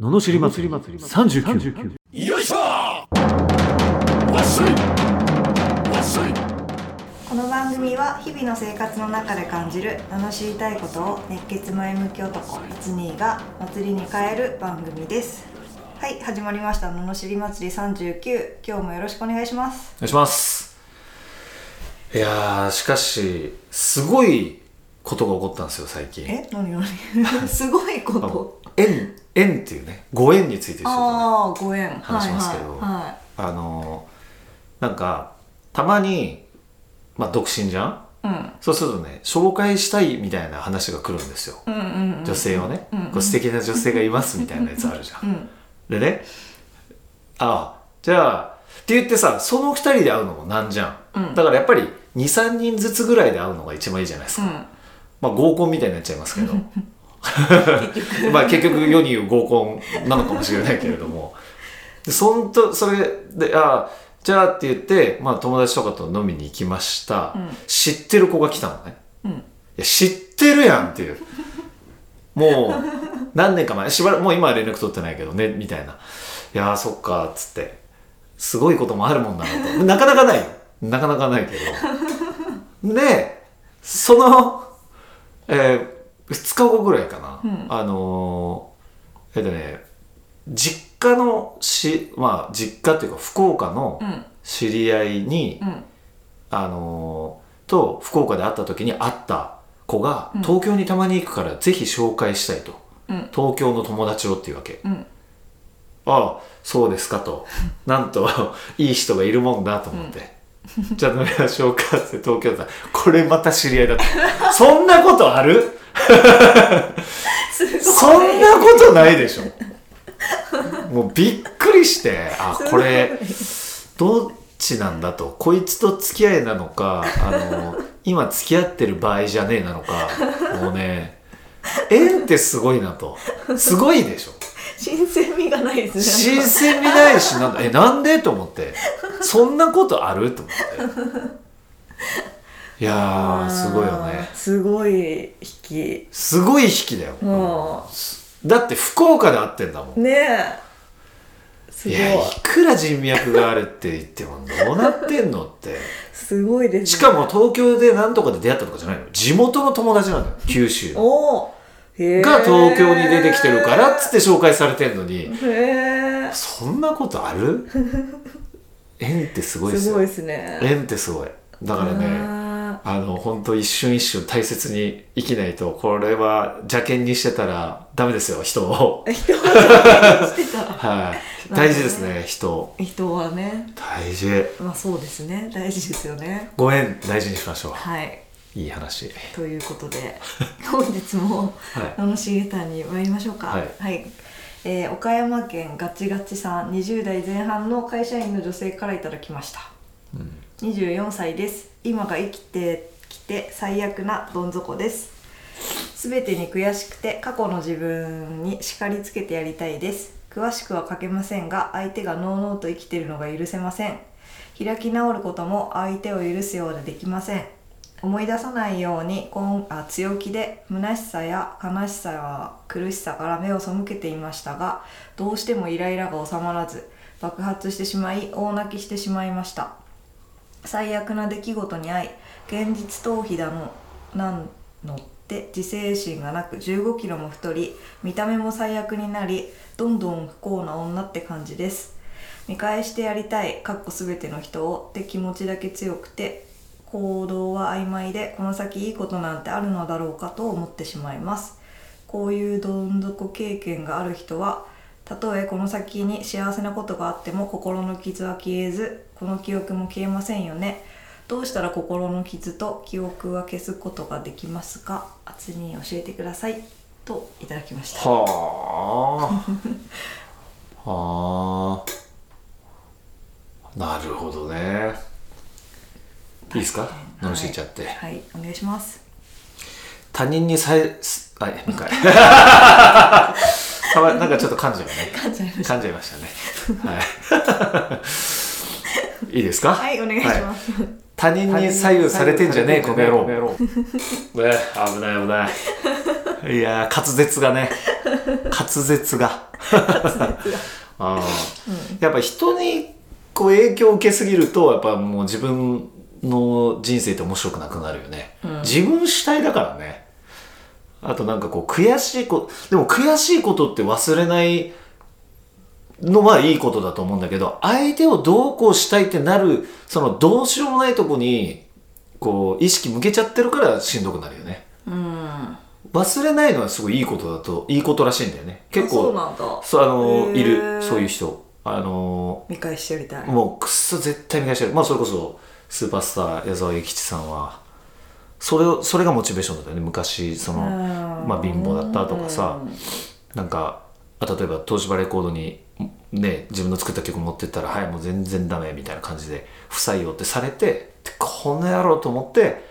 ののしり祭り39よいしょわっしょいわっしょいこの番組は日々の生活の中で感じる罵りたいことを熱血前向き男12が祭りに変える番組ですはい始まりました罵り祭り39今日もよろしくお願いしますお願いしますいやーしかしすごいことが起こったんですよ最近え何何すごいこあのと縁縁っていうねご縁についてちょっとねああご縁話しますけどはいはい、はあのーなんかたまにまあ独身じゃんいそうするとね紹介したいみたいな話が来るんですようん、うんうんうん女性をね、うんうんこう素敵な女性がいますみたいなやつあるじゃんうんでね、ああ、じゃあ、って言ってさ、その二人で会うのもなんじゃん。うんだからやっぱり、二三人ずつぐらいで会うのが一番いいじゃないですうか。んまあ合コンみたいになっちゃいますけど。 まあ結局世に言う合コンなのかもしれないけれども。で、そんと、それで、ああ、じゃあって言って、まあ友達とかと飲みに行きました。うん知ってる子が来たのね。うんいや、知ってるやんっていう。もう、何年か前、しばらく、もう今は連絡取ってないけどね、みたいな。いやー、そっか、っつって。すごいこともあるもんだなと。なかなかないよ。なかなかないけど。で、その、えー、2日後ぐらいかな。うんあのー、えっとね、実家のし、まあ、実家っていうか、福岡のうん知り合いに、うんあのーと福岡で会った時に会った子がうん東京にたまに行くからぜひ紹介したいと、うん東京の友達をっていうわけうんああそうですか となんといい人がいるもんだと思って、じゃあ飲みましょうかって東京だこれまた知り合いだったそんなことあるすごいそんなことないでしょもうびっくりしてあこれどっちなんだとこいつと付き合いなのかあの今付き合ってる場合じゃねえなのかもうね縁ってすごいなとすごいでしょ新鮮味がないですね新鮮味ないしなんだえなんでと思ってそんなことあると思っていやーすごいよねすごい引きすごい引きだよ、もだって福岡で会ってんだもんねえすいごいやいくら人脈があるって言ってもどうなってんのってすごいですねしかも東京で何とかで出会ったとかじゃないの地元の友達なのよ九州のおおへえが東京に出てきてるからっつって紹介されてんのにへえそんなことある縁ってすごいですすよごいですね縁ってすごいだからねああの本当一瞬一瞬大切に生きないとこれは邪険にしてたらダメですよ人をー人はしてたはいなるほどね大事ですね人人はね大事まあそうですね大事ですよねご縁大事にしましょはいういい話というこ とで本日もはい楽しげたに参りましょうかはいえー岡山県ガチガチさん20代前半の会社員の女性からいただきましたうん24歳です今が生きてきて最悪などん底です全てに悔しくて過去の自分に叱りつけてやりたいです詳しくは書けませんが相手がノーノーと生きてるのが許せません開き直ることも相手を許すようでできません思い出さないようにこんあ強気で虚しさや悲しさや苦しさから目を背けていましたがどうしてもイライラが収まらず爆発してしまい大泣きしてしまいました最悪な出来事に遭い現実逃避だのなんのって自制心がなく1 5キロも太り見た目も最悪になりどんどん不幸な女って感じです見返してやりたいかっこ全ての人をって気持ちだけ強くて行動は曖昧でこの先いいことなんてあるのだろうかと思ってしまいますこういうどん底経験がある人はたとえこの先に幸せなことがあっても心の傷は消えずこの記憶も消えませんよねどうしたら心の傷と記憶は消すことができますか厚に教えてくださいといただきましたはあ はあなるほどねいいですかいのりしいちゃって、はいお願いします 他人にさえすあもう一回たまなんかちょっと噛んじゃうね噛んじゃいました噛んじゃいましたねはい いいですかはいお願いしはます、他人に左右されてんじゃねえこの野郎ね 危ない危ないいやー滑舌がね滑舌が あーやっぱ人にこう影響を受けすぎるとやっぱもう自分の人生って面白くなくなるよね、うん自分主体だからねあとなんかこう悔しいことでも悔しいことって忘れないのはいいことだと思うんだけど相手をどうこうしたいってなるそのどうしようもないとこにこう意識向けちゃってるからしんどくなるよねうん忘れないのはすごいいいことだといいことらしいんだよね結あそ構うなんだそうあのへーいるそういう人あの見返してやりたいもうくっそ絶対見返してるまあそれこそスーパースター矢沢永吉さんはそれをそれがモチベーションだったよね昔そのままあ貧乏だったとかさなんかあ例えば東芝レコードにね自分の作った曲持ってったら「はいもう全然ダメ」みたいな感じで不採用ってされてでこの野郎と思って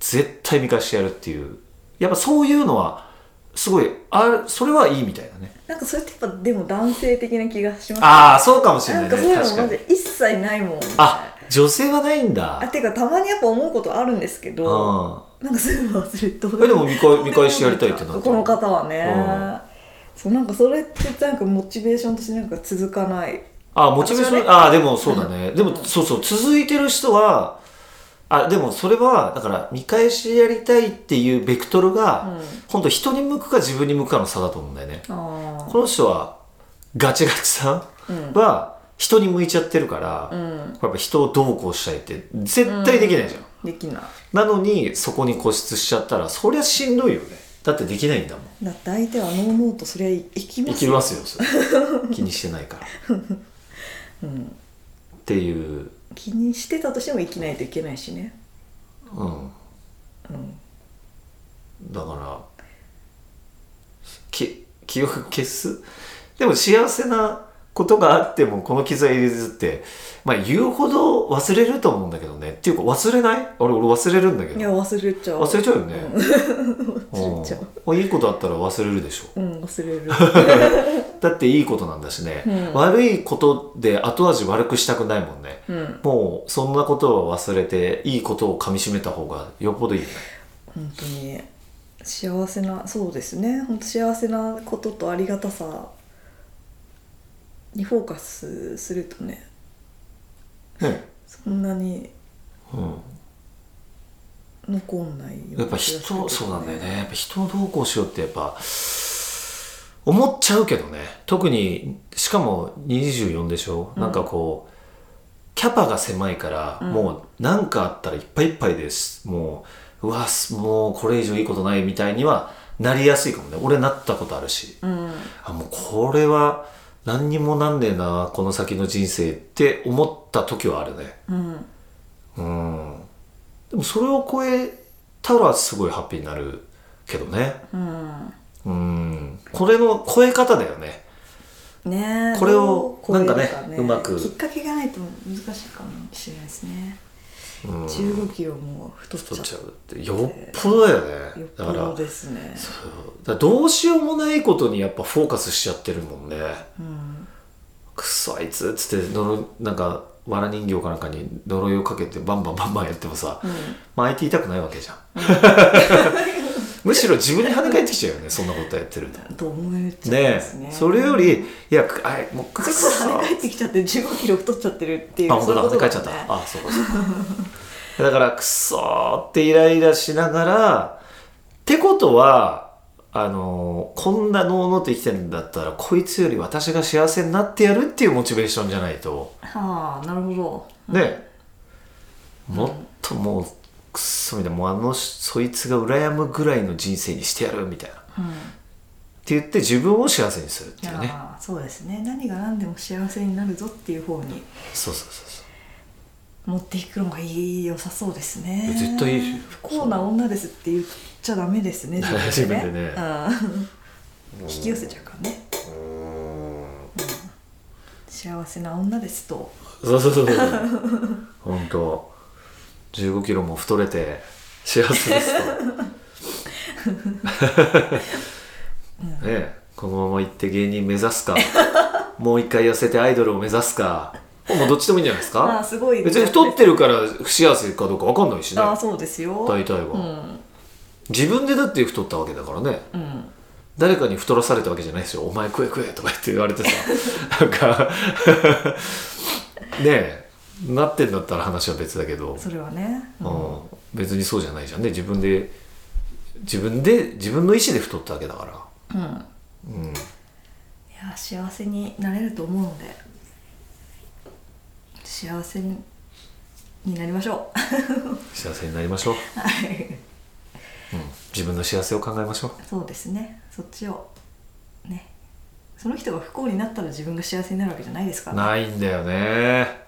絶対見返してやるっていうやっぱそういうのはすごいあそれはいいみたいなねなんかそれってやっぱでも男性的な気がしますああそうかもしれなないんねかそういうの確かまにず一切ないもんあ女性はないんあだてかたまにやっぱ思うことあるんですけうどんなんかそういうの忘れてどうえでも見返見返してやりたいってなった この方はねうんそうなんかそれってなんかモチベーションとしてなんか続かないあモチベーション私あでもそうだ ねでもそうそう続いてる人はあでもそれはだから見返しやりたいっていうベクトルが、うん本当人に向くか自分に向くかの差だと思うんだよねあこの人はガチガチさーんは人に向いちゃってるから、うやんうんっぱ人をどうこうしたいって絶対できないじゃん、できななのにそこに固執しちゃったらそりゃしんどいよねだってできないんだもんいだって相手はノーノーとそりゃいきま生すきよますよそれ気にしてないから、っていう気にしてたとしても生きないといけないしねうんうんだからき記憶消すでも幸せなことがあってもこの傷は譲ってまあ言うほど忘れると思うんだけどねっていうか忘れない俺俺忘れるんだけいやど忘れちゃう忘れちゃうよね、忘れちゃううんいいことあったら忘れるでしょうん忘れ るだっていいことなんだしね、うん悪いことで後味悪くしたくないもんねうんもうそんなことは忘れていいことをかみしめた方がよっぽどいいよね本当に幸せなそうですね本当幸せなこととありがたさにフォーカスするとねね、そんなにうん、残んないよやっぱ人そうなんだよねやっぱ人をどうこうしようってやっぱ思っちゃうけどね特にしかも24でしょ、うんなんかこうキャパが狭いから、うんもう何かあったらいっぱいいっぱいですもううわすもうこれ以上いいことないみたいにはなりやすいかもね俺なったことあるしうんあもうこれは何にもなんねえなこの先の人生って思った時はあるね、うんうんでもそれを超えたらすごいハッピーになるけどねうんうんこれの超え方だよねねえこれをどうなんかね超えるうまくきっかけがないと難しいかもしれないですね、うん1 5キロも太っち太ゃっっちちゃうってよっぽどだよよっねぽだからどですねそうだからどうしようもないことにやっぱフォーカスしちゃってるもんねうんくそあいつっつって呪なんかわら人形かなんかに呪いをかけてバンバンバンバンやってもさ、うんまあ相手痛くないわけじゃん むしろ自分に跳ね返ってきちゃうよねそんなことやってるとと思えちゃいねますねそれよりいやくあいもうくそそれこそ跳ね返ってきちゃって1 5キロ太っちゃってるっていうあ本当だそうい跳ねう返ことっちゃっだねたあそうかそうかだからくそーってイライラしながらってことはあのーこんなのうのうと生きてるんだったらこいつより私が幸せになってやるっていうモチベーションじゃないとはあなるほどね、もっともうくっそみたいなもうあのそいつが羨むぐらいの人生にしてやるみたいなっうんて言って自分を幸せにするっていうねああそうですね何が何でも幸せになるぞっていう方にそうそうそうそう持っていくのがいい良さそうですねいや絶対いいでしょ不幸な女ですって言っちゃダメですね 自分でねうん引き寄せちゃうからね幸せな女ですとそうそうそうそう本当1 5キロも太れて幸せですとね えこのまま行って芸人目指すかもう一回痩せてアイドルを目指すかもうどっちでもいいんじゃないですああかすごい別に太ってるから不幸せかどうか分かんないしねああそうですよ大体は、うん自分でだって太ったわけだからねうん誰かに太らされたわけじゃないですよ「お前食え食え」とか言って言われ てさなんか ねえなってんだったら話は別だけど、それはね、ううんん、別にそうじゃないじゃんね自分で自分で自分の意思で太ったわけだからうん、いやうん幸せになれると思うので幸せになりましょ う幸せになりましょう、はいうん、自分の幸せを考えましょうそうですねそっちをねその人が不幸になったら自分が幸せになるわけじゃないですからないんだよね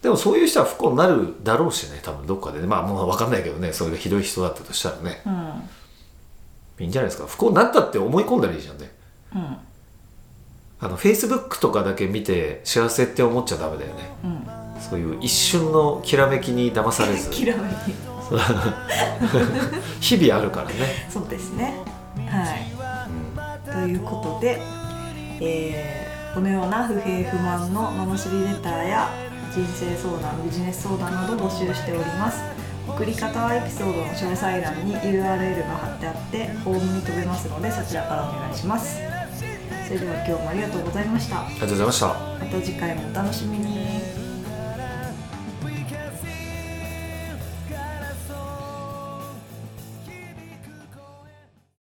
でもそういう人は不幸になるだろうしね多分どっかでねまあもう分かんないけどねそれがひどい人だったとしたらねうんいいんじゃないですか不幸になったって思い込んだらいいじゃんねうんあのフェイスブックとかだけ見て幸せって思っちゃダメだよねうんそういう一瞬のきらめきに騙され ず嫌い日々あるからね、そうですねはうんいということで、えーこのような不平不満の罵りレターや人生相談ビジネス相談など募集しております送り方はエピソードの詳細欄に URL が貼ってあってホームに飛べますのでそちらからお願いしますそれでは今日もありがとうございましたありがとうございましたまた次回もお楽しみに